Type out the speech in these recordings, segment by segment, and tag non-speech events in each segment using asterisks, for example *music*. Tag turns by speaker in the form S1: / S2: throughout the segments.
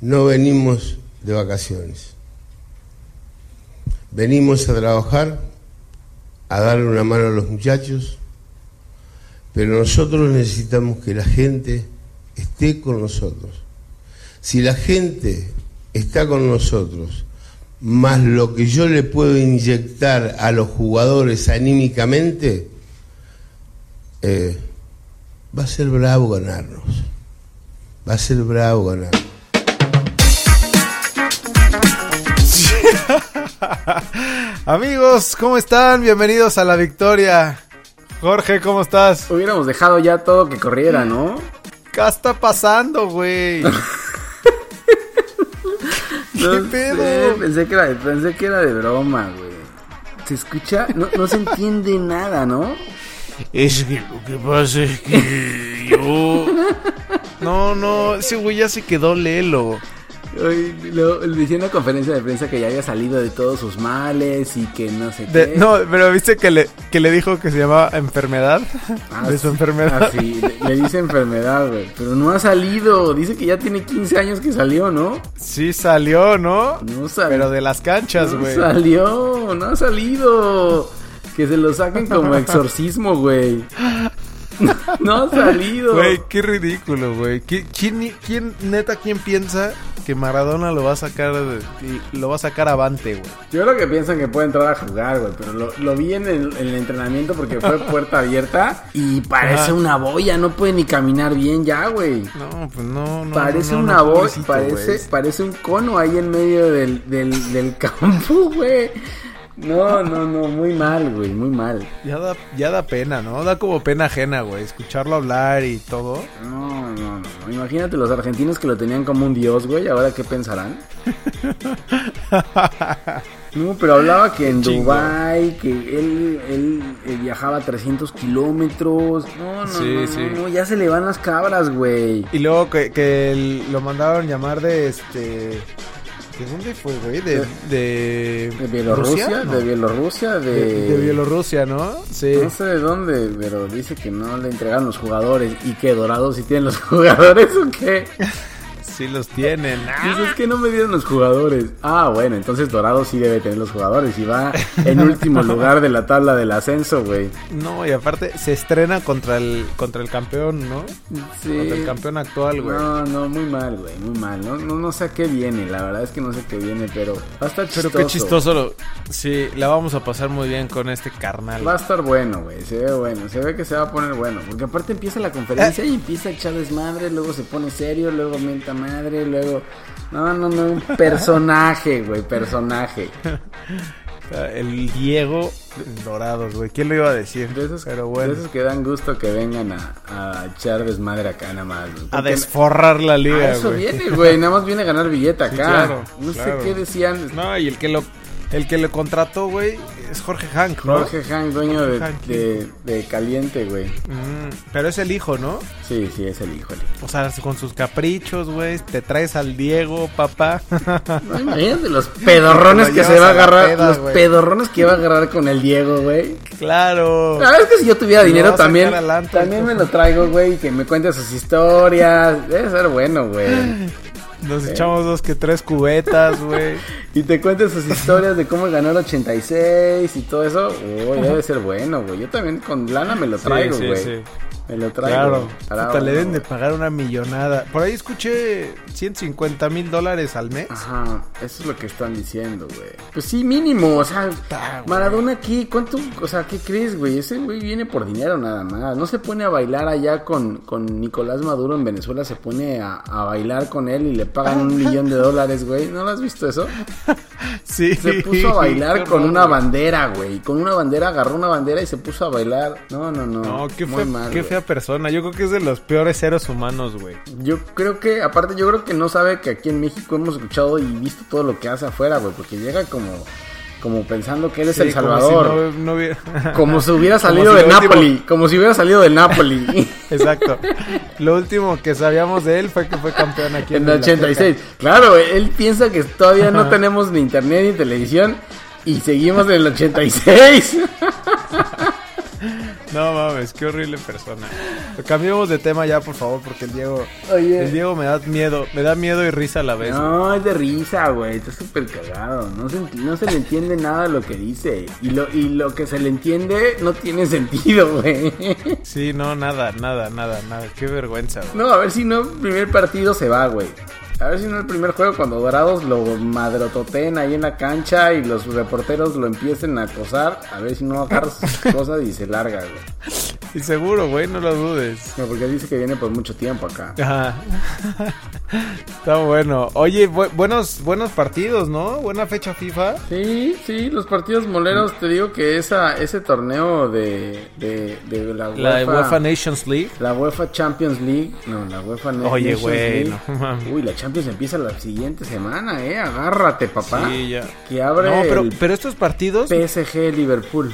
S1: No venimos de vacaciones. Venimos a trabajar, a darle una mano a los muchachos, pero nosotros necesitamos que la gente esté con nosotros. Si la gente está con nosotros, más lo que yo le puedo inyectar a los jugadores anímicamente, eh, va a ser bravo ganarnos. Va a ser bravo ganarnos.
S2: Amigos, ¿cómo están? Bienvenidos a la victoria. Jorge, ¿cómo estás?
S3: Hubiéramos dejado ya todo que corriera, *laughs* ¿no?
S2: ¿Qué está pasando, güey?
S3: No
S2: ¿Qué
S3: sé,
S2: pedo?
S3: pensé, que era de, pensé que era de broma, güey. ¿Se escucha? No, no se entiende *laughs* nada, ¿no?
S2: *laughs* Es que lo que pasa es que yo... No, no, ese güey ya se quedó lelo.
S3: Hoy lo, le hice una conferencia de prensa que ya había salido de todos sus males y que no sé
S2: De-
S3: qué.
S2: no, pero viste que le, que le dijo que se llamaba enfermedad.
S3: Ah,
S2: de su
S3: sí,
S2: enfermedad.
S3: ah, sí, le, le dice enfermedad, güey. Pero no ha salido. Dice que ya tiene 15 años que salió, ¿no?
S2: Sí salió, ¿no?
S3: No salió.
S2: Pero de las canchas,
S3: no
S2: güey.
S3: salió, no ha salido. Que se lo saquen
S2: *laughs*
S3: como exorcismo, güey. *laughs* No ha salido.
S2: Güey, qué ridículo, güey. ¿Qui- ¿Quién, quién, neta, quién piensa que Maradona lo va a sacar, de- y lo va a sacar avante, güey?
S3: Yo creo que piensan que puede entrar a jugar, güey, pero lo, lo vi en el, en el entrenamiento
S2: *laughs*
S3: porque fue puerta abierta y parece
S2: Ajá.
S3: una boya, no puede ni caminar bien ya, güey.
S2: No, pues no, no.
S3: Parece
S2: no, no,
S3: una
S2: no,
S3: boya,
S2: pobrecito,
S3: parece,
S2: güey.
S3: parece un cono ahí en medio del, del, del *laughs* campo, güey. No, no, no, muy mal, güey, muy mal.
S2: Ya da, ya da pena, ¿no? Da como pena ajena, güey. Escucharlo hablar y todo.
S3: No, no, no. Imagínate los argentinos que lo tenían como un dios, güey. Ahora qué pensarán. No, pero hablaba que en
S2: Chingo.
S3: Dubái, que él, él, eh, viajaba 300 kilómetros. No, no,
S2: Sí,
S3: no, no,
S2: sí.
S3: no, ya se le van las cabras, güey.
S2: *laughs* Y luego que, que el- lo mandaron llamar de este. ¿De dónde fue, güey? De. De,
S3: De Bielorrusia,
S2: ¿Rusia? No.
S3: de Bielorrusia, de...
S2: De- de Bielorrusia, ¿no? Sí.
S3: No sé de dónde, pero dice que no le entregaron los jugadores. ¿Y qué, dorados si tienen los *laughs* jugadores o qué?
S2: Sí los tienen. Ah,
S3: Dices que no me dieron los jugadores. Ah, bueno, entonces Dorado sí debe tener los jugadores y va en último lugar de la tabla del ascenso, güey.
S2: No, y aparte se estrena contra el contra el campeón, ¿no? Contra el campeón actual, güey.
S3: No, no, muy mal, güey, muy mal. No, no, no sé a qué viene, la verdad es que no sé a qué viene, pero va a
S2: Pero
S3: estar chistoso.
S2: qué chistoso. Lo... Sí, la vamos a pasar muy bien con este
S3: Va a
S2: carnal.
S3: estar bueno, güey, se ve bueno, se ve que se va a poner bueno, porque aparte empieza la conferencia y empieza a echar desmadre, luego se pone serio, luego mienta madre, luego... No, no, no, un personaje, güey, personaje.
S2: El Diego Dorados, güey. ¿Quién lo iba a decir?
S3: De esos,
S2: Pero bueno.
S3: de esos que dan gusto que vengan a, a echar desmadre acá nada más. güey.
S2: A
S3: Porque Ah,
S2: desforrar la
S3: a
S2: liga,
S3: eso
S2: güey.
S3: viene, güey. Nada más viene a ganar
S2: *laughs*
S3: billete acá.
S2: claro,
S3: no
S2: claro.
S3: sé qué decían.
S2: No, y el que lo el que lo contrató, güey, es Jorge Hank, ¿no?
S3: Jorge Hank, dueño de,
S2: Hank.
S3: de- de Caliente, güey.
S2: Mm, pero es el hijo, ¿no?
S3: Sí, sí, es el
S2: *laughs*
S3: hijo. el hijo.
S2: O sea, con sus caprichos, güey, te traes al Diego, papá. *laughs*
S3: No, imagínate los pedorrones
S2: Lo
S3: que se
S2: llevas
S3: va a
S2: a la
S3: agarrar.
S2: peda,
S3: los
S2: güey.
S3: pedorrones que va a agarrar con el Diego, güey.
S2: claro.
S3: La verdad es que si yo tuviera
S2: Pues, Lo
S3: dinero
S2: vas a sacar
S3: también,
S2: adelante,
S3: también me
S2: entonces.
S3: lo traigo, güey. y Que me cuente sus historias. Debe ser bueno,
S2: *laughs*
S3: güey.
S2: Nos echamos dos que tres cubetas,
S3: *laughs*
S2: güey.
S3: Y te cuente sus historias de cómo ganó el 86 y todo eso. Uy, debe ser bueno, güey. Yo también con lana me lo traigo,
S2: sí,
S3: güey.
S2: sí.
S3: Me lo traigo.
S2: Claro,
S3: Para
S2: Puta, le
S3: uno,
S2: deben de
S3: güey.
S2: pagar una millonada. Por ahí escuché 150 mil dólares al mes.
S3: Ajá, eso es lo que están diciendo, güey. Pues sí, mínimo, o sea,
S2: Está, güey.
S3: Maradona aquí, ¿cuánto? O sea, ¿qué crees, güey? Ese güey viene por dinero nada más. No se pone a bailar allá con, con Nicolás Maduro en Venezuela, se pone a, a bailar con él y le
S2: *laughs*
S3: pagan un millón de dólares, güey. ¿No lo has visto eso?
S2: Sí.
S3: Se puso
S2: *laughs*
S3: a
S2: Qué
S3: bailar con
S2: horror,
S3: una
S2: güey.
S3: bandera, güey. Con una bandera, agarró una bandera y se puso a bailar. No, no, no.
S2: No, qué,
S3: Muy
S2: fea,
S3: mal,
S2: qué
S3: güey.
S2: fea persona. Yo creo que es de los peores seres humanos, güey.
S3: Yo creo que, aparte, yo creo que no sabe que aquí en México hemos escuchado y visto todo lo que hace afuera, güey. Porque llega como, como pensando que él es
S2: Sí,
S3: El
S2: como
S3: Salvador. Como si,
S2: si no- no hubiera- *laughs*
S3: hubiera
S2: Como
S3: salido
S2: si
S3: de
S2: lo último-
S3: Napoli. Como si hubiera salido
S2: *laughs*
S3: de Napoli.
S2: Exacto. Lo último que sabíamos de él fue que fue campeón aquí
S3: *laughs* en
S2: el
S3: 86. Claro, güey, él piensa que todavía no tenemos ni internet ni televisión. Y seguimos en el 86.
S2: Azteca. No mames, qué horrible persona. Cambiemos de tema ya, por favor, porque el Diego.
S3: Oye.
S2: El Diego me da miedo. Me da miedo y risa a la vez.
S3: No, es de risa, güey. Está súper cagado. No se, ent- no se le entiende nada de lo que dice. Y lo, y lo que se le entiende no tiene *laughs* sentido, güey.
S2: Sí, no, nada, nada, nada, nada. Qué vergüenza, güey.
S3: No, a ver si no el primer partido se va, güey. A ver si no el primer juego cuando Dorados lo madrototeen ahí en la cancha y los reporteros lo empiecen a acosar. A ver si no agarra *laughs* sus cosas y se larga, güey.
S2: Y seguro, güey, no lo dudes.
S3: No, porque dice que viene por mucho tiempo acá.
S2: Ajá. *laughs* Está bueno. Oye, bu- buenos, buenos partidos, ¿no? Buena fecha FIFA.
S3: Sí, sí, los partidos moleros, te digo que esa, ese torneo de, de, de la UEFA.
S2: La UEFA Nations League.
S3: La UEFA Champions League. No, la UEFA Na-
S2: Oye,
S3: Nations
S2: güey,
S3: League.
S2: no mames.
S3: Uy, la Champions empieza la siguiente semana, eh. Agárrate, papá.
S2: Sí, ya.
S3: Que abre
S2: No, pero,
S3: el
S2: pero estos partidos.
S3: PSG Liverpool.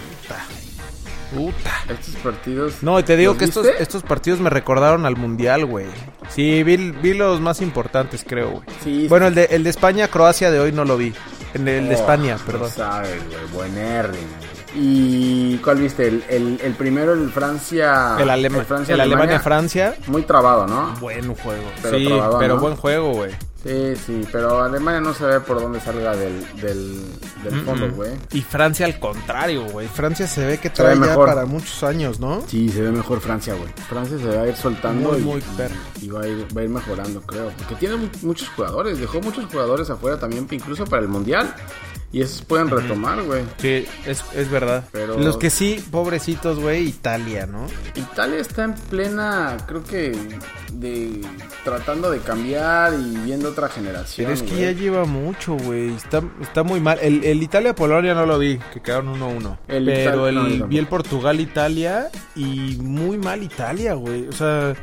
S2: Puta.
S3: Estos partidos.
S2: No, y te digo
S3: ¿Los
S2: que estos,
S3: viste?
S2: estos partidos me recordaron al Mundial, güey. Sí, vi, vi los más importantes, creo, güey.
S3: Sí,
S2: Bueno, el de, el de España-Croacia de hoy no lo vi. El de, el de
S3: Oh,
S2: España,
S3: no
S2: perdón.
S3: Sabes, güey, buenérrimo. ¿Y cuál viste? El, el, el primero, el Francia.
S2: El, Alema-
S3: Francia-
S2: el Alemania-Francia.
S3: Muy trabado, ¿no?
S2: Buen juego.
S3: Pero
S2: sí,
S3: trabado,
S2: pero
S3: ¿no?
S2: buen juego, güey.
S3: Sí, sí, pero Alemania no se ve por dónde salga del, del, del fondo,
S2: Mm.
S3: güey.
S2: Y Francia al contrario, güey. Francia se ve que
S3: Se ve
S2: trae ya
S3: mejor.
S2: para muchos años, ¿no?
S3: Sí, se ve mejor Francia, güey. Francia se va a ir soltando
S2: Muy,
S3: y,
S2: muy perro.
S3: y va, a ir, va a ir mejorando, creo. Porque tiene mu- muchos jugadores, dejó muchos jugadores afuera también, incluso para el Mundial. Y esos pueden retomar, güey.
S2: Sí, es, es verdad.
S3: Pero-
S2: Los que sí, pobrecitos, güey, Italia, ¿no?
S3: Italia está en plena, creo que, de tratando de cambiar y viendo otra generación.
S2: Pero es que
S3: güey.
S2: ya lleva mucho, güey. Está, está muy mal. El, el Italia-Polonia no lo vi, que quedaron 1-1.
S3: El
S2: Pero
S3: Italia-
S2: el,
S3: no, yo tampoco.
S2: vi el Portugal-Italia y muy mal Italia, güey. O sea,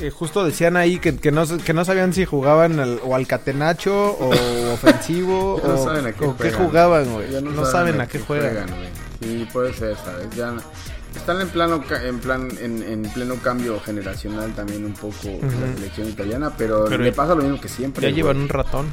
S2: eh, justo decían ahí que, que no, que no sabían si jugaban al- o al catenacho o
S3: *laughs*
S2: ofensivo
S3: Ya no
S2: o,
S3: saben a qué
S2: o qué
S3: juegan.
S2: jugaban, güey.
S3: Ya
S2: No, saben a qué juegan.
S3: güey. Sí, puede ser, ¿sabes? Ya no- están en plano ca- en plan en, en pleno cambio generacional también un poco la selección italiana, pero,
S2: Pero
S3: le pasa lo mismo que siempre.
S2: Ya
S3: güey.
S2: llevan un ratón.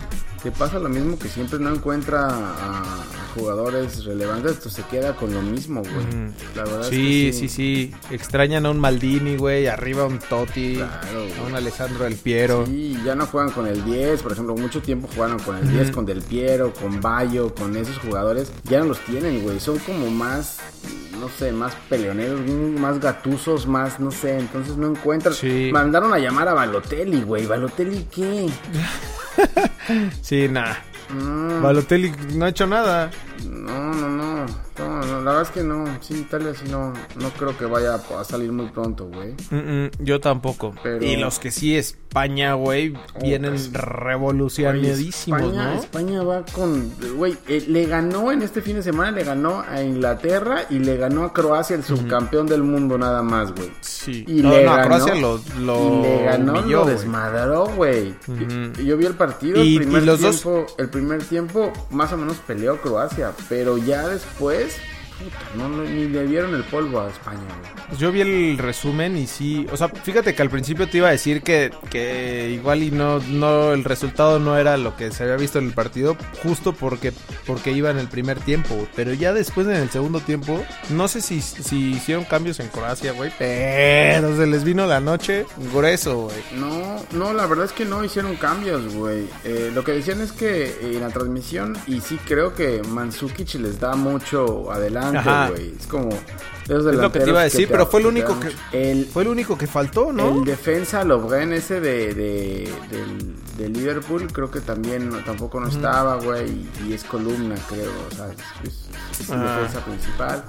S3: Le pasa lo mismo que siempre no encuentra a, a jugadores relevantes, entonces se queda con lo mismo, güey.
S2: Ujú.
S3: La verdad
S2: Sí,
S3: es que
S2: sí, sí. Extrañan a un Maldini, güey. Arriba un Totti.
S3: Claro, güey.
S2: a un Alessandro Del Piero.
S3: Sí, ya no juegan con el 10, por ejemplo, mucho tiempo jugaron con el 10, con Del Piero, con Bayo, con esos jugadores, ya no los tienen, güey, son como más, no sé, más peleoneros, mm, más gatusos, más, no sé, entonces no encuentran.
S2: Sí.
S3: Mandaron a llamar a Balotelli, güey, ¿Balotelli
S2: *laughs*
S3: qué?
S2: Sí, nah.
S3: Mm,
S2: Balotelli no ha hecho nada.
S3: no, no, no, no, no, la verdad es que no, sí, Italia sí no, no creo que vaya a salir muy pronto, güey.
S2: Mm, mm, yo tampoco.
S3: Pero-
S2: Y los que sí, España, güey, vienen
S3: pues,
S2: revolucionadísimos,
S3: España,
S2: ¿no?
S3: España va con. Güey, eh, le ganó en este fin de semana, le ganó a Inglaterra y le ganó a Croacia, el subcampeón del mundo, nada más, güey.
S2: Sí.
S3: Y
S2: no,
S3: le
S2: no, a
S3: ganó-
S2: Croacia lo, lo
S3: y le ganó,
S2: humilló,
S3: lo
S2: güey.
S3: desmadró, güey.
S2: Ujú.
S3: Y- Yo vi el partido,
S2: Y-
S3: el primer
S2: y los dos-
S3: tiempo, el primer tiempo más o menos peleó Croacia, pero ya después, puta, no, no, ni le dieron el polvo a España, güey.
S2: Pues Yo vi el resumen y sí, o sea, fíjate que al principio te iba a decir que, que igual y no, no, el resultado no era lo que se había visto en el partido, justo porque, porque iba en el primer tiempo, güey. pero ya después en el segundo tiempo, no sé si, si hicieron cambios en Croacia, güey, pero se les vino la noche grueso, güey.
S3: No, no, la verdad es que no hicieron cambios, güey. Eh, lo que decían es que eh, en la transmisión, y sí creo que Mansukic les da mucho adelante,
S2: Ajá.
S3: güey. Es como... de Esos
S2: Es lo que te iba a
S3: delanteros
S2: decir,
S3: te-
S2: pero fue el
S3: te
S2: único
S3: dan
S2: que-
S3: mucho. El,
S2: Fue el único que faltó, ¿no?
S3: el defensa Lovren ese de, de, del- de Liverpool creo que también no- tampoco no estaba, güey. Y, y es columna, creo. O sea, es, es- es el
S2: Ah.
S3: defensa principal.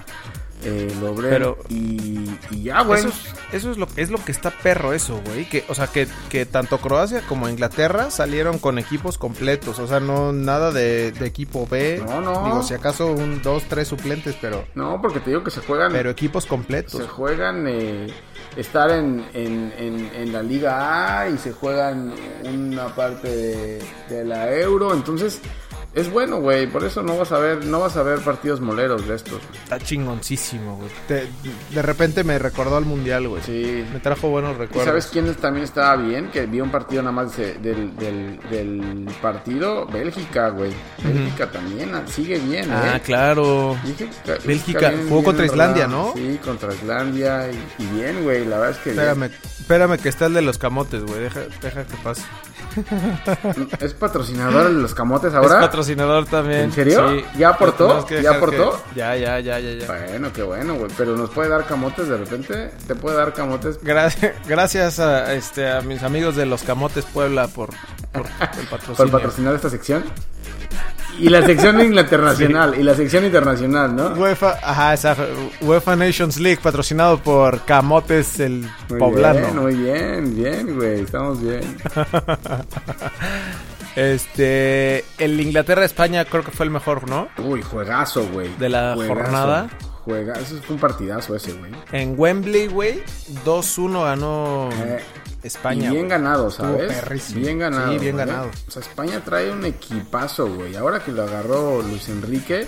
S3: Eh, Lovren
S2: Pero-
S3: y, y ya, güey.
S2: Eso, es, eso es lo es lo que está perro eso, güey. Que, o sea, que, que tanto Croacia como Inglaterra salieron con equipos completos. O sea, no nada de, de equipo B.
S3: No, no.
S2: Digo, si acaso un, dos, tres suplentes, pero,
S3: No, porque te digo que se juegan...
S2: pero equipos completos.
S3: Pues se juegan eh, estar en, en- en- en la Liga A y se juegan una parte de, de la Euro. Entonces, Es bueno, güey, por eso no vas a ver, no vas a ver partidos moleros de estos. güey.
S2: Está chingoncísimo, güey. Te- de repente me recordó al mundial, güey.
S3: Sí.
S2: Me trajo buenos
S3: ¿Y
S2: recuerdos.
S3: sabes quién también estaba bien? Que vio un partido nada más de- del, del- del partido Bélgica, güey. Bélgica también ah, sigue bien,
S2: Ah,
S3: ¿eh?
S2: claro.
S3: Bélgica,
S2: Bélgica,
S3: bien-
S2: jugó
S3: bien
S2: contra Islandia,
S3: enrolada.
S2: ¿no?
S3: Sí, contra Islandia. Y, y bien, güey, la verdad es que. bien.
S2: Espérame, espérame que está el de los camotes, güey. Deja, deja que pase.
S3: ¿Es patrocinador de los camotes ahora?
S2: Es patrocinador también.
S3: ¿En serio? ¿Ya aportó?
S2: Tenemos que
S3: ¿Ya
S2: dejar
S3: aportó?
S2: que- Ya, ya, ya, ya, ya.
S3: Bueno, qué bueno, güey. Pero nos puede dar camotes de repente. Te puede dar camotes.
S2: Gra- *laughs* Gracias a, este, a mis amigos de los Camotes Puebla por, por el patrocinio.
S3: *laughs* Por patrocinar esta sección. Y la
S2: *laughs*
S3: sección internacional. Y la sección internacional, ¿no?
S2: UEFA, ajá, esa, UEFA Nations League patrocinado por Camotes el
S3: Muy
S2: poblano.
S3: bien, muy bien, bien, güey. Estamos bien.
S2: Este, el Inglaterra España creo que fue el mejor, ¿no?
S3: Uy, juegazo, güey.
S2: De la
S3: Juegazo.
S2: jornada.
S3: Juega, eso fue un partidazo ese, güey.
S2: En Wembley, güey, 2-1 ganó
S3: Eh,
S2: España.
S3: y
S2: güey.
S3: bien ganado,
S2: Estuvo
S3: ¿sabes?
S2: perrísimo.
S3: Bien ganado.
S2: Sí, bien
S3: güey. ¿eh?
S2: ganado.
S3: O sea, España trae un equipazo, güey. Ahora que lo agarró Luis Enrique.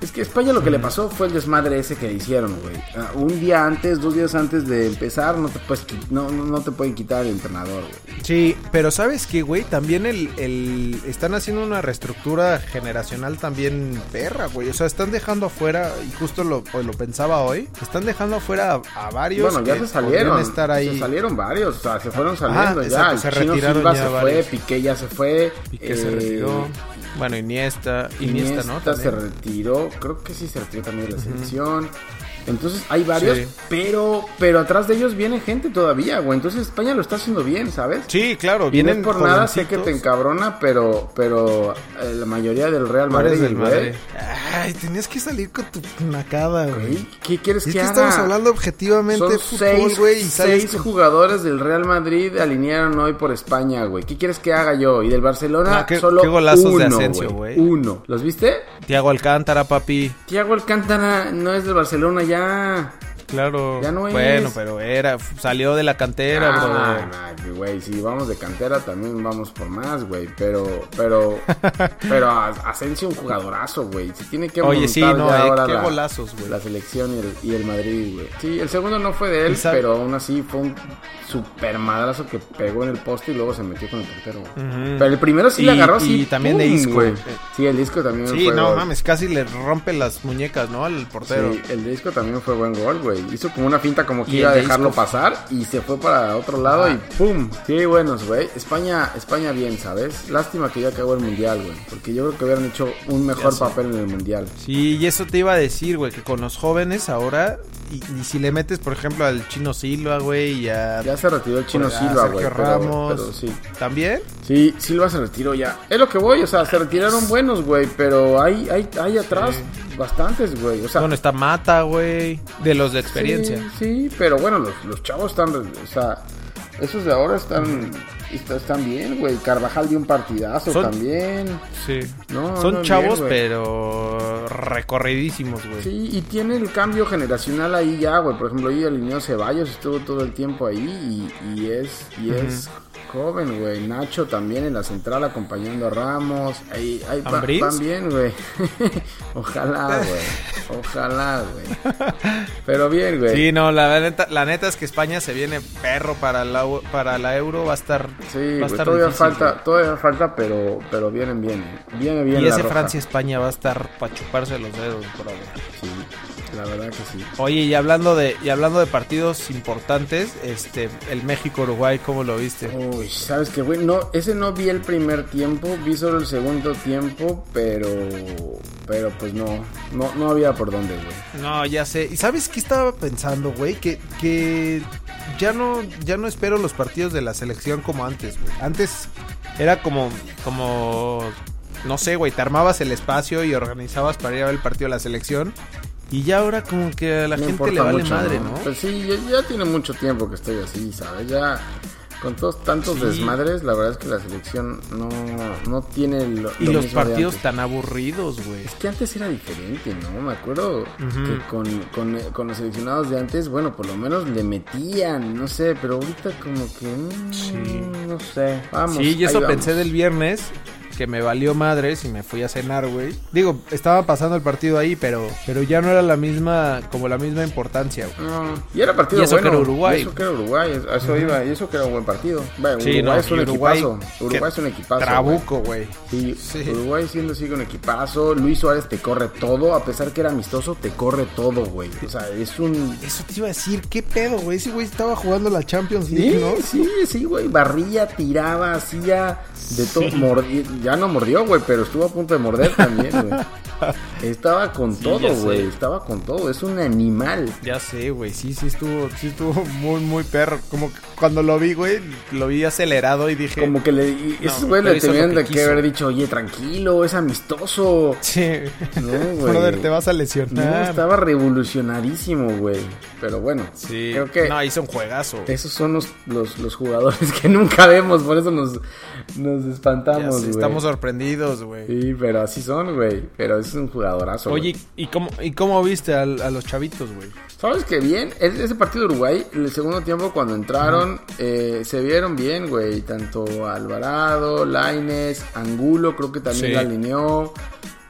S3: Es que a España lo que le pasó fue el desmadre ese que le hicieron, güey. Ah, Un día antes, dos días antes de empezar, no te puedes, qui- no, no no te pueden quitar el entrenador, güey.
S2: Sí, pero ¿sabes qué, güey? También el, el- Están haciendo una reestructura generacional también perra, güey. O sea, están dejando afuera, y justo lo, pues, lo pensaba hoy, están dejando afuera a, a varios
S3: Bueno, ya
S2: que
S3: se salieron.
S2: podrían estar ahí.
S3: Se salieron varios, o sea, se fueron saliendo ya.
S2: exacto,
S3: El
S2: se
S3: Chino
S2: retiraron
S3: Silva
S2: ya
S3: se
S2: varios.
S3: fue, Piqué ya se fue.
S2: Piqué se
S3: eh,
S2: retiró. Bueno, Iniesta, Iniesta,
S3: Iniesta,
S2: ¿no?
S3: se
S2: También.
S3: retiró, creo que sí se retiró también de la selección. Entonces hay varios,
S2: Sí.
S3: pero pero atrás de ellos viene gente todavía, güey. Entonces España lo está haciendo bien, ¿sabes?
S2: Sí, claro,
S3: Y no es
S2: vienen
S3: por nada, sé que te
S2: jovencitos.
S3: encabrona, pero pero eh, la mayoría del Real
S2: Madre
S3: Madrid,
S2: del
S3: güey.
S2: Madrid. Ay, tenías que salir con tu nacada, güey.
S3: Güey, ¿Qué
S2: Es
S3: quieres que
S2: que
S3: haga?
S2: estamos hablando objetivamente
S3: Son
S2: de fútbol,
S3: seis,
S2: güey, y sales
S3: seis
S2: con-
S3: jugadores del Real Madrid alinearon hoy por España, güey. ¿Qué quieres que haga yo? Y del Barcelona
S2: Ah, qué-
S3: solo
S2: qué golazos
S3: uno,
S2: de Asensio, güey.
S3: Uno. ¿Los viste?
S2: Tiago Alcántara, papi.
S3: Tiago Alcántara no es del Barcelona ya.
S2: Claro.
S3: Ya no es.
S2: Bueno, pero era salió de la cantera,
S3: Ah,
S2: bro.
S3: nah, güey, si vamos de cantera también vamos por más, güey, pero
S2: *laughs*
S3: pero pero As- Asensio un jugadorazo, güey. Se tiene que
S2: Oye, sí,
S3: montar
S2: no,
S3: ya
S2: eh,
S3: ahora
S2: qué
S3: la-
S2: golazos, güey.
S3: La selección y el, y el Madrid, güey. Sí, el segundo no fue de él,
S2: Y sab-
S3: pero aún así fue un super madrazo que pegó en el poste y luego se metió con el portero. güey.
S2: Ujú.
S3: Pero el primero sí
S2: Y-
S3: le agarró así.
S2: y también de
S3: ¡pum!,
S2: disco.
S3: güey. Sí, el disco también
S2: Sí,
S3: fue
S2: no
S3: gol.
S2: mames, casi le rompe las muñecas, ¿no? Al portero.
S3: Sí, el disco también fue buen gol, güey. Hizo como una finta como que
S2: Y
S3: iba a
S2: el de
S3: dejarlo
S2: Isco.
S3: pasar y se fue para otro lado
S2: Ah.
S3: y ¡pum! Sí, buenos, güey. España, España bien, ¿sabes? Lástima que ya acabó el Mundial, güey. Porque yo creo que hubieran hecho un mejor papel en el Mundial.
S2: Sí, y eso te iba a decir, güey, que con los jóvenes ahora, y, y si le metes, por ejemplo, al Chino Silva, güey, y a,
S3: Ya se retiró el Chino
S2: a
S3: Silva,
S2: Sergio
S3: güey. pero-
S2: Ramos,
S3: pero sí.
S2: ¿también?
S3: Sí, Silva se retiró ya. Es lo que voy, o sea, se retiraron buenos, güey. Pero hay, hay, hay atrás bastantes, güey. O sea,
S2: bueno, está Mata, güey, de los de experiencia.
S3: Sí, sí, pero bueno, los, los chavos están, o sea, esos de ahora están, est- están bien, güey. Carvajal dio un partidazo
S2: Son-
S3: también.
S2: Sí.
S3: No,
S2: Son
S3: no,
S2: chavos,
S3: bien, güey.
S2: pero recorridísimos, güey.
S3: Sí, y tiene el cambio generacional ahí ya, güey. Por ejemplo, ahí alineó Ceballos, estuvo todo el tiempo ahí y, y es, y es joven, güey. Nacho también en la central acompañando a Ramos. Ahí, ahí va-
S2: ¿Ambriz?
S3: van bien, güey. *laughs* Ojalá, güey. Ojalá,
S2: *laughs*
S3: güey. Pero bien, güey.
S2: Sí, no, la neta, la neta es que España se viene perro para la, eu- para la euro, va a estar.
S3: Sí,
S2: va a
S3: güey,
S2: estar
S3: todavía
S2: difícil,
S3: falta,
S2: güey.
S3: todavía falta, pero, pero vienen bien, eh. viene bien.
S2: Y
S3: la
S2: ese
S3: roja.
S2: Francia-España va a estar para chuparse los dedos, por ahora.
S3: Sí, la verdad que sí.
S2: Oye, y hablando de, y hablando de partidos importantes, este, el México-Uruguay, ¿cómo lo viste?
S3: Uy, sabes que güey, no, ese no vi el primer tiempo, vi solo el segundo tiempo, pero, pero pues no, no, no había por dónde, güey.
S2: No, ya sé. ¿Y sabes qué estaba pensando, güey? Que, que ya no, ya no espero los partidos de la selección como antes, güey. Antes era como, como, no sé, güey, te armabas el espacio y organizabas para ir a ver el partido de la selección. Y ya ahora como que a la
S3: No
S2: gente
S3: importa
S2: le vale
S3: mucho,
S2: madre, ¿no?
S3: Pues sí, ya, ya tiene mucho tiempo que estoy así, ¿sabes? Ya con todos tantos
S2: Sí.
S3: desmadres, la verdad es que la selección no, no tiene lo,
S2: Y
S3: lo
S2: los
S3: mismo de
S2: partidos
S3: antes.
S2: tan aburridos, güey.
S3: Es que antes era diferente, ¿no? Me acuerdo
S2: Ujú.
S3: que con, con, con los seleccionados de antes, bueno, por lo menos le metían, no sé, pero ahorita como que... mm,
S2: Sí.
S3: No sé. Vamos.
S2: sí, y
S3: ahí
S2: eso
S3: vamos.
S2: pensé del viernes. que me valió madres y me fui a cenar, güey. Digo, estaba pasando el partido ahí, pero, pero ya no era la misma, como la misma importancia, güey.
S3: No, y era partido
S2: Y eso que
S3: bueno.
S2: era Uruguay.
S3: Y eso que era Uruguay. a Eso iba. Y eso que era un buen partido. Vaya,
S2: Sí,
S3: Uruguay
S2: no,
S3: es un
S2: y Uruguay,
S3: equipazo. Uruguay
S2: que
S3: es un equipazo. güey.
S2: Trabuco, güey.
S3: Sí,
S2: Sí.
S3: Uruguay siendo así un equipazo. Luis Suárez te corre todo. A pesar que era amistoso, te corre todo, güey. O sea, es un.
S2: Eso te iba a decir, ¿qué pedo, güey? Ese güey estaba jugando la Champions League,
S3: Sí,
S2: ¿no?
S3: sí, sí, güey. Barría, tiraba, hacía de todo. mordi- Ya no mordió, güey, pero estuvo a punto de morder también,
S2: *laughs*
S3: güey. Estaba con
S2: ya
S3: todo,
S2: sé.
S3: güey. Estaba con todo. Es un animal.
S2: Ya sé, güey, sí, sí estuvo, sí estuvo muy, muy perro. Como que cuando lo vi, güey, lo vi acelerado y dije...
S3: Como que le, y esos
S2: No, pero
S3: güeyes le
S2: hizo lo
S3: tenían
S2: que
S3: de que
S2: quiso.
S3: haber dicho, oye, tranquilo, es amistoso.
S2: *laughs* Sí, *laughs*
S3: No, güey.
S2: brother, te vas a
S3: No,
S2: lesionar.
S3: estaba revolucionarísimo, güey. Pero bueno,
S2: Sí,
S3: creo que
S2: no, hizo un juegazo.
S3: esos son los, los, los jugadores *laughs* que nunca vemos, por eso nos, nos
S2: Ya sé,
S3: espantamos, güey.
S2: estamos sorprendidos, güey.
S3: Sí, pero así son, güey. Pero es un jugadorazo.
S2: Oye,
S3: güey.
S2: ¿y cómo, ¿y cómo viste al- a los chavitos, güey?
S3: ¿sabes qué bien? E- Ese partido de Uruguay, el segundo tiempo cuando entraron, eh, se vieron bien, güey. Tanto Alvarado, Laines, Angulo, creo que también
S2: Sí.
S3: la alineó.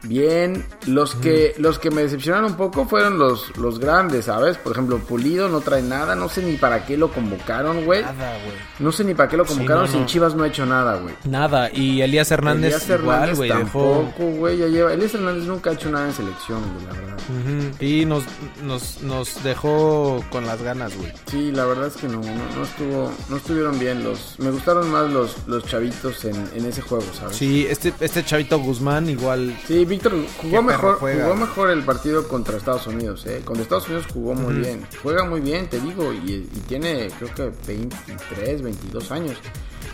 S3: Bien, los que, los que me decepcionaron un poco fueron los, los grandes, ¿sabes? Por ejemplo, Pulido no trae nada, no sé ni para qué lo convocaron, güey.
S2: Nada, güey.
S3: No sé ni para qué lo convocaron,
S2: no,
S3: sin
S2: no.
S3: Chivas no ha hecho nada, güey.
S2: Nada, y Elías Hernández
S3: Elías
S2: igual,
S3: Hernández
S2: güey, dejó...
S3: tampoco, güey, ya lleva. Elías Hernández nunca ha hecho nada en selección, güey, la verdad.
S2: Ujú, Y nos, nos, nos dejó con las ganas, güey.
S3: Sí, la verdad es que no, no, no estuvo, no estuvieron bien los, me gustaron más los, los chavitos en, en ese juego, ¿sabes?
S2: Sí, este, este chavito Guzmán igual
S3: Sí, Víctor
S2: Qué
S3: jugó mejor,
S2: perro juega.
S3: jugó mejor el partido contra Estados Unidos, eh. Contra Estados Unidos jugó muy bien, juega muy bien, te digo, y, y tiene creo que 23, 22 años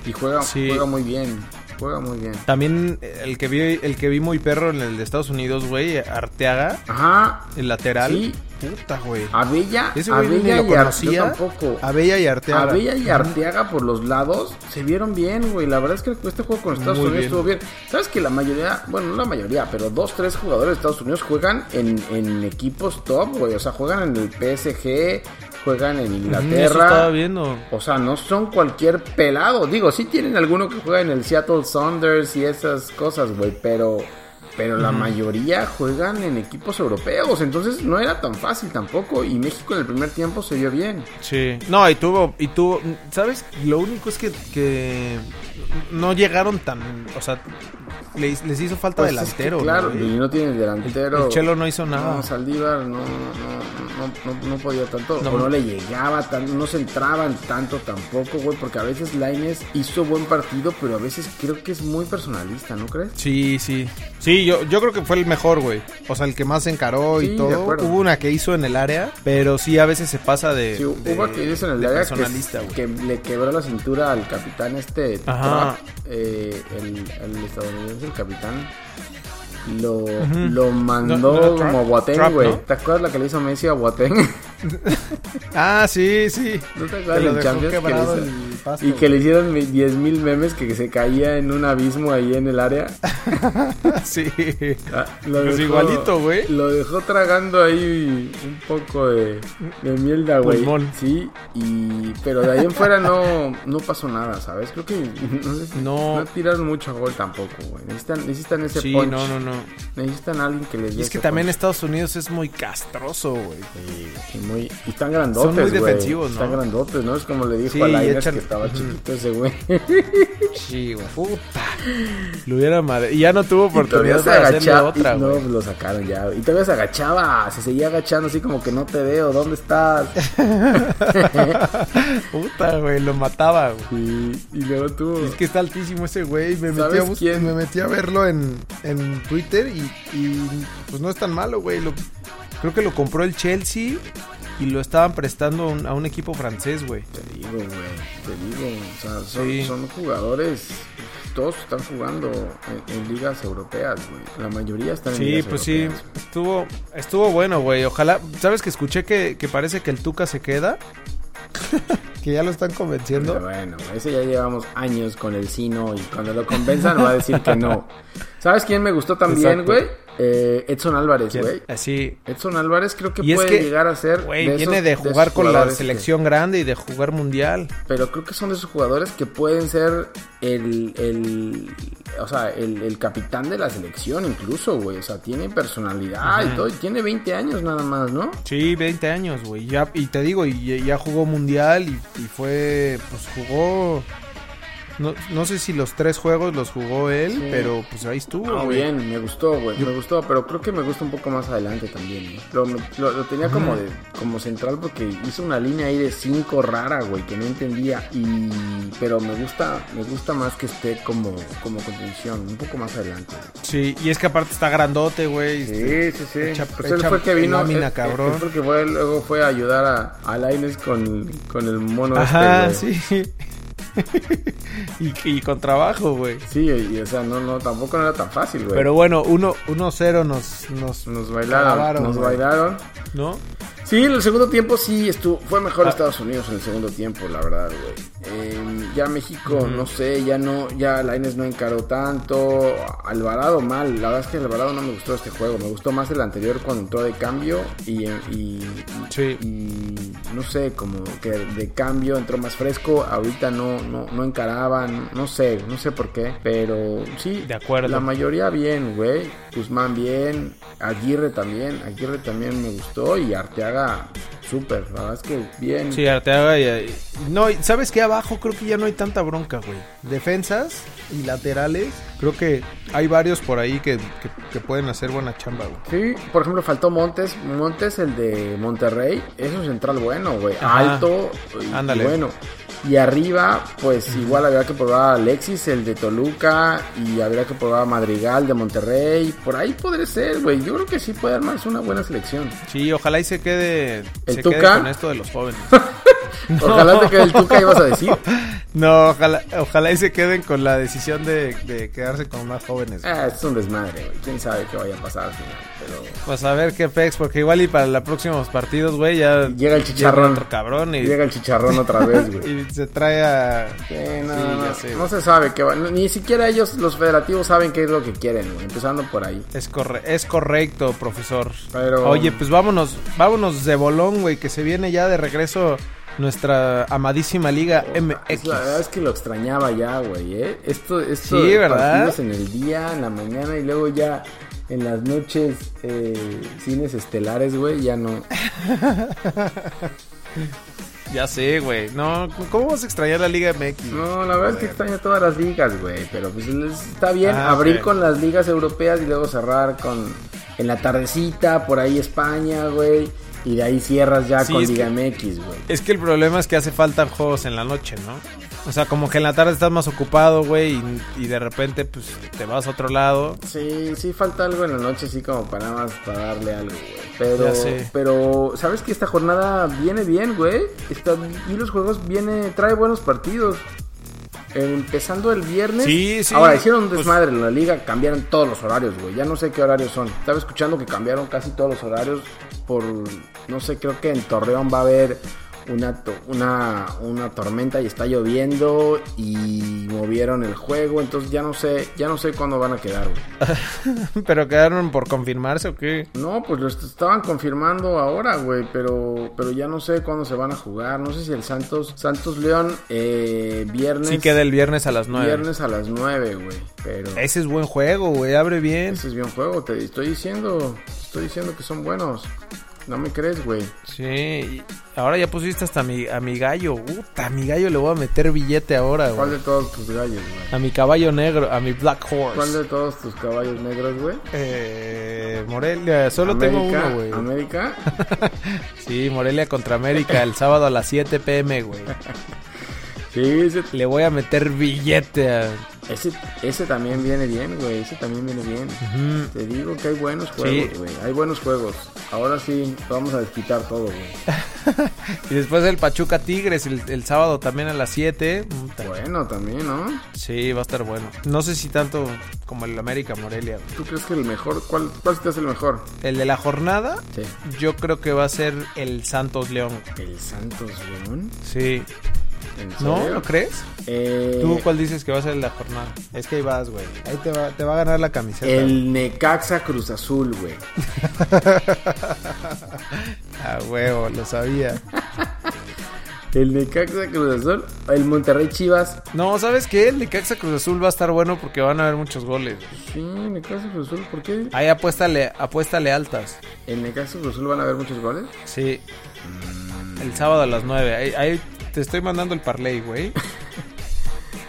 S3: y juega,
S2: Sí.
S3: juega muy bien, juega muy bien.
S2: También el que vi, el que vi muy perro en el de Estados Unidos, güey, Arteaga,
S3: Ajá,
S2: el lateral.
S3: Sí.
S2: Puta, güey.
S3: Abella,
S2: Ese güey ni lo
S3: Abella y Ar- yo
S2: conocía.
S3: tampoco.
S2: Abella y Arteaga.
S3: Abella y Arteaga por los lados se vieron bien, güey. La verdad es que este juego con Estados
S2: Muy
S3: Unidos
S2: bien.
S3: estuvo bien. ¿Sabes que la mayoría, bueno, no la mayoría, pero dos, tres jugadores de Estados Unidos juegan en, en equipos top, güey? O sea, juegan en el PSG, juegan en
S2: Mm, Eso estaba
S3: Inglaterra.
S2: viendo.
S3: O sea, no son cualquier pelado. Digo, sí tienen alguno que juega en el Seattle Saunders y esas cosas, güey, pero... Pero la mayoría juegan en equipos europeos, entonces no era tan fácil tampoco. Y México en el primer tiempo se vio bien.
S2: Sí. No, y tuvo, y tuvo, ¿sabes? Lo único es que, que no llegaron tan, o sea, les, les hizo falta
S3: Pues es que,
S2: delantero.
S3: claro,
S2: güey.
S3: y no tiene delantero.
S2: El- el Chelo no hizo nada.
S3: No, Saldívar no, no, no, no- no podía tanto.
S2: No.
S3: No, no le llegaba, tan- no se entraban tanto tampoco, güey. Porque a veces Laines hizo buen partido, pero a veces creo que es muy personalista, ¿no crees?
S2: Sí, sí. Sí, yo, yo creo que fue el mejor, güey. O sea, el que más se encaró
S3: Sí,
S2: y
S3: de
S2: todo.
S3: acuerdo.
S2: Hubo una que hizo en el área, pero sí, a veces se pasa de.
S3: Sí,
S2: de-
S3: hubo aquellos en el
S2: de
S3: área
S2: personalista,
S3: que,
S2: güey.
S3: que le quebró la cintura al capitán este
S2: Ajá.
S3: Trapp, eh, el, el estadounidense, el capitán. Lo, lo mandó
S2: No, no era Trapp,
S3: como a Boateng,
S2: Trapp,
S3: güey.
S2: ¿no?
S3: ¿Te acuerdas la que le hizo Messi a Boateng? *laughs*
S2: Ah, sí, sí.
S3: ¿No te
S2: Que
S3: acuerdas
S2: lo
S3: del
S2: dejó
S3: Champions que le
S2: quebrado
S3: hizo?
S2: el pasto,
S3: Y que
S2: güey.
S3: le hicieron mi- 10.000 memes que se caía en un abismo ahí en el área.
S2: *laughs* Sí.
S3: Ah, lo
S2: Pues igualito, güey.
S3: Lo dejó tragando ahí un poco de, de mierda, güey.
S2: Pulmón.
S3: Sí, y, pero de ahí en fuera no, no pasó nada, ¿sabes? Creo que no, sé si-
S2: No.
S3: no tiraron mucho a gol tampoco, güey. Necesitan, necesitan ese
S2: Sí,
S3: punch.
S2: no, no, no.
S3: Necesitan a alguien que les dé
S2: Y es que
S3: ese
S2: también
S3: punch.
S2: Estados Unidos es muy castroso, güey.
S3: Y muy, y están grandotes,
S2: Son muy
S3: güey.
S2: defensivos, ¿no?
S3: Están grandotes, ¿no? Es como le dijo
S2: Sí,
S3: a Lainez
S2: echan-
S3: que estaba chiquito ese güey.
S2: Sí, güey. Puta. Lo hubiera madre. Y ya no tuvo
S3: Y todavía
S2: oportunidad
S3: se
S2: de hacerle
S3: agachaba.
S2: otra,
S3: y no,
S2: güey.
S3: lo sacaron ya. Y todavía se agachaba. Se seguía agachando así como que no te veo. ¿Dónde estás?
S2: Puta, güey. Lo mataba, güey.
S3: y, y luego tú.
S2: Es que está altísimo ese güey. Me metí,
S3: ¿Sabes
S2: a bus-
S3: quién?
S2: me metí a verlo en, en Twitter y, y, pues no es tan malo, güey. Lo- creo que lo compró el Chelsea y lo estaban prestando a un, a un equipo francés, güey.
S3: Te digo, güey. Te digo. O sea, son,
S2: Sí.
S3: son jugadores. Todos están jugando en, en ligas europeas, güey. La mayoría están en
S2: Sí,
S3: ligas
S2: pues sí.
S3: europeas.
S2: Estuvo, estuvo bueno, güey. Ojalá. ¿Sabes que escuché que, que parece que el Tuca se queda? *laughs* que ya lo están
S3: Pero
S2: convenciendo.
S3: bueno, ese ya llevamos
S2: *laughs*
S3: años con el sino y cuando lo convenzan va a decir que no. ¿Sabes quién me gustó también,
S2: Exacto.
S3: güey? Eh, Edson Álvarez, güey.
S2: Así.
S3: Edson Álvarez creo que
S2: Y es
S3: puede
S2: que,
S3: llegar a ser.
S2: Güey,
S3: de
S2: viene
S3: esos-
S2: de
S3: esos
S2: jugar con la
S3: jugadores que-
S2: selección grande y de jugar mundial.
S3: pero creo que son de esos jugadores que pueden ser el. el o sea, el, el capitán de la selección, incluso, güey. O sea, tiene personalidad y todo. Y tiene 20 años nada más, ¿no?
S2: Sí, 20 años, güey. Ya, y te digo, y ya- ya jugó mundial y, y fue, pues jugó... No, no sé si los tres juegos los jugó él,
S3: Sí.
S2: pero pues ahí estuvo.
S3: Ah,
S2: güey.
S3: bien, me gustó, güey. Me gustó, pero creo que me gusta un poco más adelante también. ¿no? Lo, lo- lo tenía como de, como central porque hizo una línea ahí de 5 rara, güey, que no entendía. Y pero me gusta, me gusta más que esté como, como contención, un poco más adelante. güey.
S2: Sí, y es que aparte está grandote, güey. Este,
S3: Sí, sí, sí.
S2: Echa-
S3: Pues él
S2: echa
S3: fue el que vino.
S2: lámina,
S3: él-
S2: cabrón.
S3: él fue el que fue- luego fue a ayudar a, a Lainez con, con el mono.
S2: Ajá,
S3: este, güey.
S2: sí. *laughs* y, y con trabajo, güey.
S3: Sí, y, o sea, no, no, tampoco no era tan fácil, güey.
S2: Pero bueno, 1-0 uno, uno cero nos, nos...
S3: nos bailaron,
S2: Acabaron,
S3: nos
S2: güey.
S3: bailaron.
S2: ¿No?
S3: Sí, en el segundo tiempo sí estuvo, fue mejor
S2: Ah.
S3: Estados Unidos en el segundo tiempo, la verdad, güey. Eh, ya México, no sé, ya no, ya Laines no encaró tanto. Alvarado mal, la verdad es que Alvarado no me gustó este juego, me gustó más el anterior cuando entró de cambio y, em, y-
S2: Sí.
S3: y no sé, como que de cambio entró más fresco, ahorita no, no, no encaraban, no sé, no sé por qué, pero sí,
S2: De acuerdo.
S3: la mayoría bien, güey, Guzmán bien, Aguirre también, Aguirre también me gustó y Arteaga súper, la verdad es que bien.
S2: Sí, Arteaga y, y- No, y ¿sabes qué? Abajo creo que ya no hay tanta bronca, güey. Defensas y laterales. Creo que hay varios por ahí que, que- que pueden hacer buena chamba, güey.
S3: Sí, por ejemplo, faltó Montes. Montes, el de Monterrey, es un central bueno, güey.
S2: Ajá.
S3: Alto y
S2: Ándale.
S3: bueno. Y arriba, pues igual habría que probar a Alexis, el de Toluca, y habría que probar a Madrigal de Monterrey. Por ahí podría ser, güey. Yo creo que sí puede armarse una
S2: *laughs*
S3: buena selección.
S2: Sí, ojalá y se quede,
S3: ¿El
S2: se quede
S3: Tuca?
S2: con esto de los jóvenes. *laughs*
S3: Ojalá te quede el Tuca, ibas a decir.
S2: No, ojalá, ojalá y se queden con la decisión de, de quedarse con más jóvenes. güey.
S3: Ah, es un desmadre, güey. Quién sabe qué vaya a pasar al final. Pero
S2: Pues a ver qué pex, porque igual y para los próximos partidos, güey, ya
S3: Llega el chicharrón.
S2: otro cabrón y,
S3: llega el chicharrón otra vez,
S2: *laughs*
S3: güey.
S2: y se trae a...
S3: Eh, no,
S2: Sí,
S3: no,
S2: ya sé,
S3: no se sabe qué va. Ni siquiera ellos, los federativos, saben qué es lo que quieren, güey. Empezando por ahí.
S2: Es, corre- es correcto, profesor.
S3: Pero-
S2: Oye, pues vámonos, vámonos de bolón, güey, que se viene ya de regreso nuestra amadísima liga
S3: Es la verdad
S2: MX.
S3: es que lo extrañaba ya, güey, ¿eh? Esto, esto
S2: Sí,
S3: de
S2: ¿verdad?
S3: partidos en el día, en la mañana y luego ya en las noches eh, cines estelares, güey, ya no.
S2: Ya sé, güey. No, ¿cómo vas a extrañar la liga MX?
S3: No, la verdad es que extraño todas las ligas, güey, pero pues les- está bien
S2: Ah,
S3: abrir
S2: sí.
S3: con las ligas europeas y luego cerrar con en la tardecita, por ahí España, güey, y de ahí cierras ya
S2: Sí,
S3: con
S2: es
S3: Liga MX, güey.
S2: Es que el problema es que hace falta juegos en la noche, ¿no? O sea, como que en la tarde estás más ocupado, güey, y, y de repente, pues, te vas a otro lado. *laughs*
S3: Sí, sí falta algo en la noche, sí, como para nada más para darle algo, güey. Pero,
S2: Ya sé.
S3: pero, ¿sabes que esta jornada viene bien, güey? Está, y los juegos viene, trae buenos partidos. Empezando el viernes.
S2: Sí, sí.
S3: Ahora hicieron un
S2: Pues-
S3: desmadre en la liga, cambiaron todos los horarios, güey. Ya no sé qué horarios son. Estaba escuchando que cambiaron casi todos los horarios por, no sé, creo que en Torreón va a haber una, to- una, una tormenta y está lloviendo y movieron el juego. Entonces ya no sé, ya no sé cuándo van a quedar, güey.
S2: Pero quedaron por confirmarse o qué.
S3: No, pues lo est- estaban confirmando ahora, güey, pero, pero ya no sé cuándo se van a jugar. No sé si el Santos, Santos León, eh, viernes,
S2: Sí queda el viernes a las 9.
S3: viernes a las 9, güey. Pero
S2: Ese es buen juego, güey. Abre bien.
S3: ese es bien juego, te estoy diciendo, te estoy diciendo que son buenos. No me crees, güey.
S2: Sí, y ahora ya pusiste hasta a mi, a mi gallo. Puta, a mi gallo le voy a meter billete ahora,
S3: ¿Cuál
S2: güey.
S3: de todos tus gallos, güey?
S2: A mi caballo negro, a mi Black Horse.
S3: ¿Cuál de todos tus caballos negros, güey?
S2: Eh, Morelia, solo tengo
S3: América,
S2: uno, güey.
S3: América.
S2: Sí, Morelia contra América el sábado a las 7 pm, güey.
S3: Sí, ese,
S2: Le voy a meter billete a...
S3: ese, ese también viene bien, güey. Ese también viene bien.
S2: Ujú.
S3: Te digo que hay buenos juegos,
S2: Sí.
S3: güey. Hay buenos juegos. Ahora sí, vamos a desquitar todo, güey.
S2: Y después el Pachuca Tigres el, el sábado también a las 7. Puta,
S3: Bueno, también, ¿no?
S2: Sí, va a estar bueno. No sé si tanto como el América Morelia. güey.
S3: ¿Tú crees que el mejor, cuál, cuál te hace el mejor?
S2: El de la jornada,
S3: Sí.
S2: yo creo que va a ser el Santos León.
S3: ¿El Santos León?
S2: Sí.
S3: ¿En
S2: ¿No?
S3: serio?
S2: ¿Lo crees?
S3: Eh,
S2: ¿Tú cuál dices que va a ser la jornada? Es que ahí vas, güey. Ahí te va, te va a ganar la camiseta.
S3: El Necaxa Cruz Azul, güey.
S2: Ah, huevo, lo sabía.
S3: El Necaxa Cruz Azul. El Monterrey Chivas.
S2: No, ¿sabes qué? El Necaxa Cruz Azul va a estar bueno porque van a haber muchos goles.
S3: Sí, Necaxa Cruz Azul. ¿Por qué?
S2: Ahí apuéstale, apuéstale altas.
S3: ¿En Necaxa Cruz Azul van a haber muchos goles?
S2: Sí. El sábado a las 9. Ahí, ahí te estoy mandando el parlay, güey. *laughs*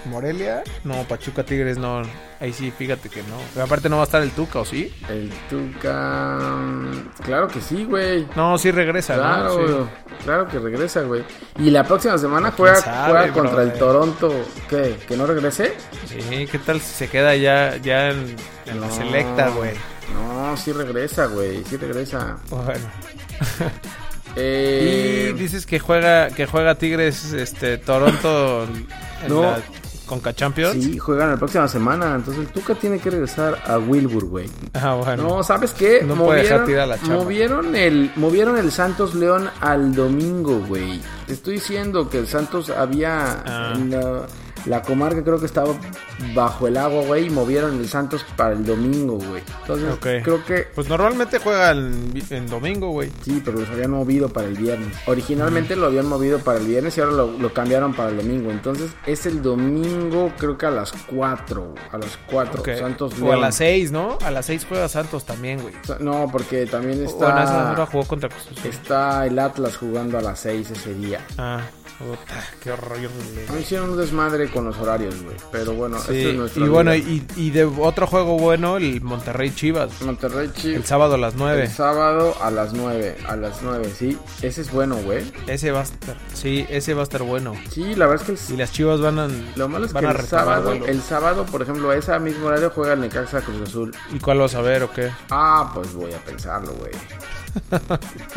S2: Morelia, no, Pachuca Tigres, no. Ahí sí, fíjate que no. Pero aparte no va a estar el Tuca, ¿o sí?
S3: El Tuca. mm, Claro que sí, güey.
S2: No, sí regresa,
S3: Claro,
S2: ¿no? Sí.
S3: claro que regresa, güey. Y la próxima semana
S2: quién
S3: juega,
S2: sabe,
S3: juega contra
S2: brother.
S3: el Toronto. ¿Qué? ¿Que no regrese?
S2: Sí, ¿qué tal si se queda ya, ya en, en la
S3: No.
S2: selecta, güey?
S3: No, sí regresa, güey. Sí regresa.
S2: Bueno.
S3: Eh,
S2: Y dices que juega, que juega Tigres, este, Toronto en
S3: No.
S2: la Conca Champions.
S3: Sí, juegan la próxima semana. Entonces el Tuca tiene que regresar a Wilbur, güey.
S2: Ah, bueno.
S3: No, ¿sabes qué?
S2: No puede dejar tirada la chamba.
S3: movieron el movieron el Santos León al domingo, güey. Te estoy diciendo que el Santos había
S2: Ah.
S3: en la, la comarca creo que estaba bajo el agua, güey, y movieron el Santos para el domingo, güey. Entonces,
S2: Ok.
S3: creo que
S2: Pues normalmente juega en, en domingo, güey.
S3: Sí, pero los habían movido para el viernes. Originalmente lo habían movido para el viernes y ahora lo, lo cambiaron para el domingo. Entonces es el domingo, creo que a las 4. A las 4.
S2: Ok.
S3: Santos
S2: o a
S3: León.
S2: las 6, ¿no? A las 6 juega Santos también, güey.
S3: Sa- No, porque también
S2: O en esa hora
S3: está,
S2: jugó contra Cruz Azul.
S3: está el Atlas jugando a las 6 ese día.
S2: Ah, puta, qué horror.
S3: No hicieron un desmadre con los horarios, güey. Pero bueno,
S2: Sí,
S3: esto es nuestro.
S2: y bueno, y, y de otro juego bueno, el Monterrey Chivas.
S3: Monterrey Chi-
S2: El sábado a las 9.
S3: El sábado a las 9. A las 9, sí. Ese es bueno, güey.
S2: Ese va a estar, sí, ese va a estar bueno.
S3: Sí, la verdad es que el
S2: Y las Chivas van a
S3: Lo malo es
S2: van
S3: que
S2: a
S3: el
S2: retomar
S3: sábado,
S2: vuelo.
S3: el sábado, por ejemplo, a esa misma horario juega el Necaxa Cruz Azul.
S2: ¿Y cuál vas a ver o qué?
S3: Ah, pues voy a pensarlo, güey.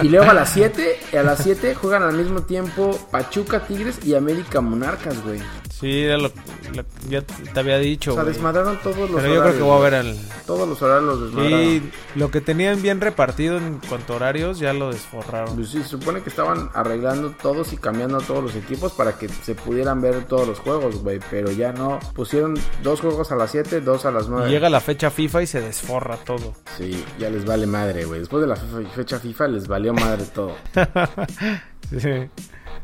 S3: y luego a las 7, a las 7 juegan al mismo tiempo Pachuca Tigres y América Monarcas, güey.
S2: Sí, era lo- lo- ya te había dicho.
S3: O sea,
S2: güey.
S3: desmadraron todos los
S2: Pero yo creo que voy a ver el.
S3: güey. Todos los horarios los desmadraron.
S2: Y lo que tenían bien repartido en cuanto a horarios, ya lo desforraron.
S3: Pues sí, se supone que estaban arreglando todos y cambiando a todos los equipos para que se pudieran ver todos los juegos, güey. Pero ya no. Pusieron dos juegos a las 7, dos a las 9.
S2: Y llega la fecha FIFA y se desforra todo.
S3: Sí, ya les vale madre, güey. Después de la fe- fecha FIFA les valió madre todo.
S2: Sí.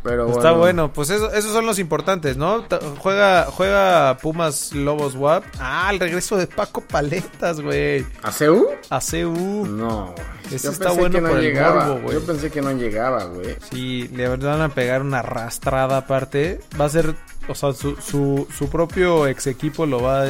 S3: Pero
S2: Está bueno, pues eso, esos son los importantes, ¿no? Ta- Juega, juega Pumas Lobos WAP. Ah, el regreso de Paco Paletas, güey.
S3: ¿A CEU?
S2: A CU.
S3: No.
S2: Ese
S3: Yo
S2: está
S3: pensé
S2: bueno
S3: que no
S2: por el
S3: llegaba.
S2: morbo, güey.
S3: Yo pensé que no llegaba, güey.
S2: Sí, le van a pegar una arrastrada aparte. Va a ser, o sea, su, su, su propio ex equipo lo va, a-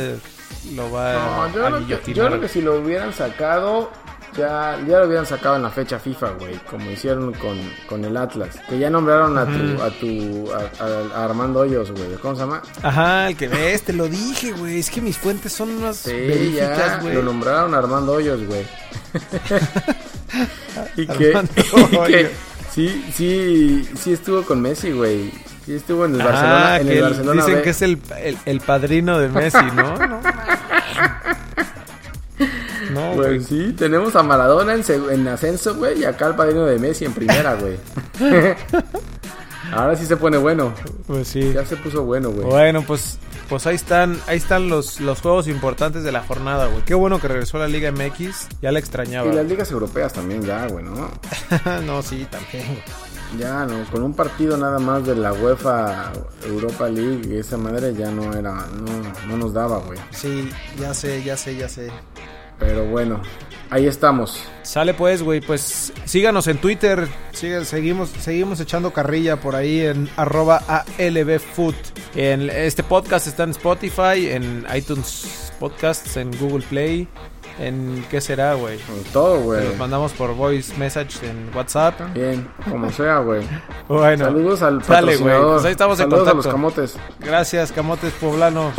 S2: lo va
S3: No, yo
S2: a
S3: creo, que, yo
S2: guillotinar.
S3: creo que si lo hubieran sacado, ya, ya lo hubieran sacado en la fecha FIFA, güey. Como hicieron con, con el Atlas. Que ya nombraron a tu, a tu, a, a- a Armando Hoyos, güey. ¿Cómo se llama?
S2: Ajá, el que ves, te lo dije, güey. Es que mis fuentes son unas
S3: Sí, ya
S2: verificas, güey.
S3: lo nombraron Armando Hoyos,
S2: *laughs*
S3: güey. y que,
S2: Armando
S3: *laughs* y que-
S2: Hoyos.
S3: sí, sí, sí estuvo con Messi, güey. Sí estuvo en el Barcelona,
S2: Ah,
S3: en
S2: que
S3: el
S2: el-
S3: Barcelona
S2: dicen
S3: B.
S2: que es el, el, el padrino de Messi, ¿no? No,
S3: Güey,
S2: güey.
S3: Pues sí, tenemos a Maradona en, seg- en ascenso, güey, y acá el padrino de Messi en
S2: *laughs*
S3: primera, güey. Ahora sí se pone bueno.
S2: Pues sí.
S3: Ya se puso bueno, güey.
S2: Bueno, pues, pues ahí están, ahí están los, los juegos importantes de la jornada, güey. Qué bueno que regresó la Liga MX, ya la extrañaba.
S3: Y las ligas europeas también ya, güey, ¿no?
S2: *laughs* no, sí, también. güey.
S3: Ya, no, con un partido nada más de la UEFA Europa League, esa madre ya no era, no, no nos daba, güey.
S2: Sí, ya sé, ya sé, ya sé.
S3: Pero bueno, ahí estamos.
S2: Sale pues, güey, pues síganos en Twitter, sigue- seguimos, seguimos echando carrilla por ahí en arroba ALBFood. En este podcast está en Spotify, en iTunes Podcasts, en Google Play, en qué será, güey.
S3: Con todo, güey.
S2: Los mandamos por voice message en WhatsApp.
S3: Bien, como
S2: *laughs*
S3: sea, güey.
S2: Bueno,
S3: Saludos al
S2: Sale, güey.
S3: patrocinador.
S2: Pues ahí estamos en
S3: Saludos a los
S2: contacto.
S3: camotes.
S2: Gracias, Camotes
S3: *laughs*
S2: Poblano.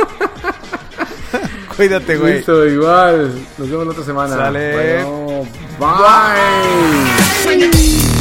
S2: Cuídate, güey.
S3: Listo, igual. Nos vemos la otra semana.
S2: Sale.
S3: Bueno, bye.
S4: When the